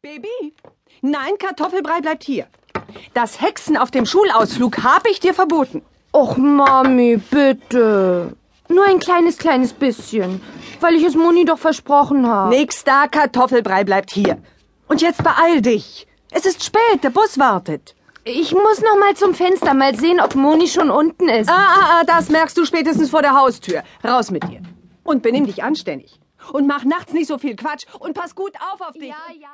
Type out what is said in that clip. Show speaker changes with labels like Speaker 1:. Speaker 1: Baby, nein, Kartoffelbrei bleibt hier. Das Hexen auf dem Schulausflug habe ich dir verboten.
Speaker 2: Och, Mami, bitte. Nur ein kleines, kleines bisschen. Weil ich es Moni doch versprochen habe.
Speaker 1: Nächster Kartoffelbrei bleibt hier. Und jetzt beeil dich. Es ist spät, der Bus wartet.
Speaker 2: Ich muss noch mal zum Fenster, mal sehen, ob Moni schon unten ist.
Speaker 1: Ah, ah, ah, das merkst du spätestens vor der Haustür. Raus mit dir. Und benimm dich anständig. Und mach nachts nicht so viel Quatsch. Und pass gut auf auf dich.
Speaker 2: ja, ja.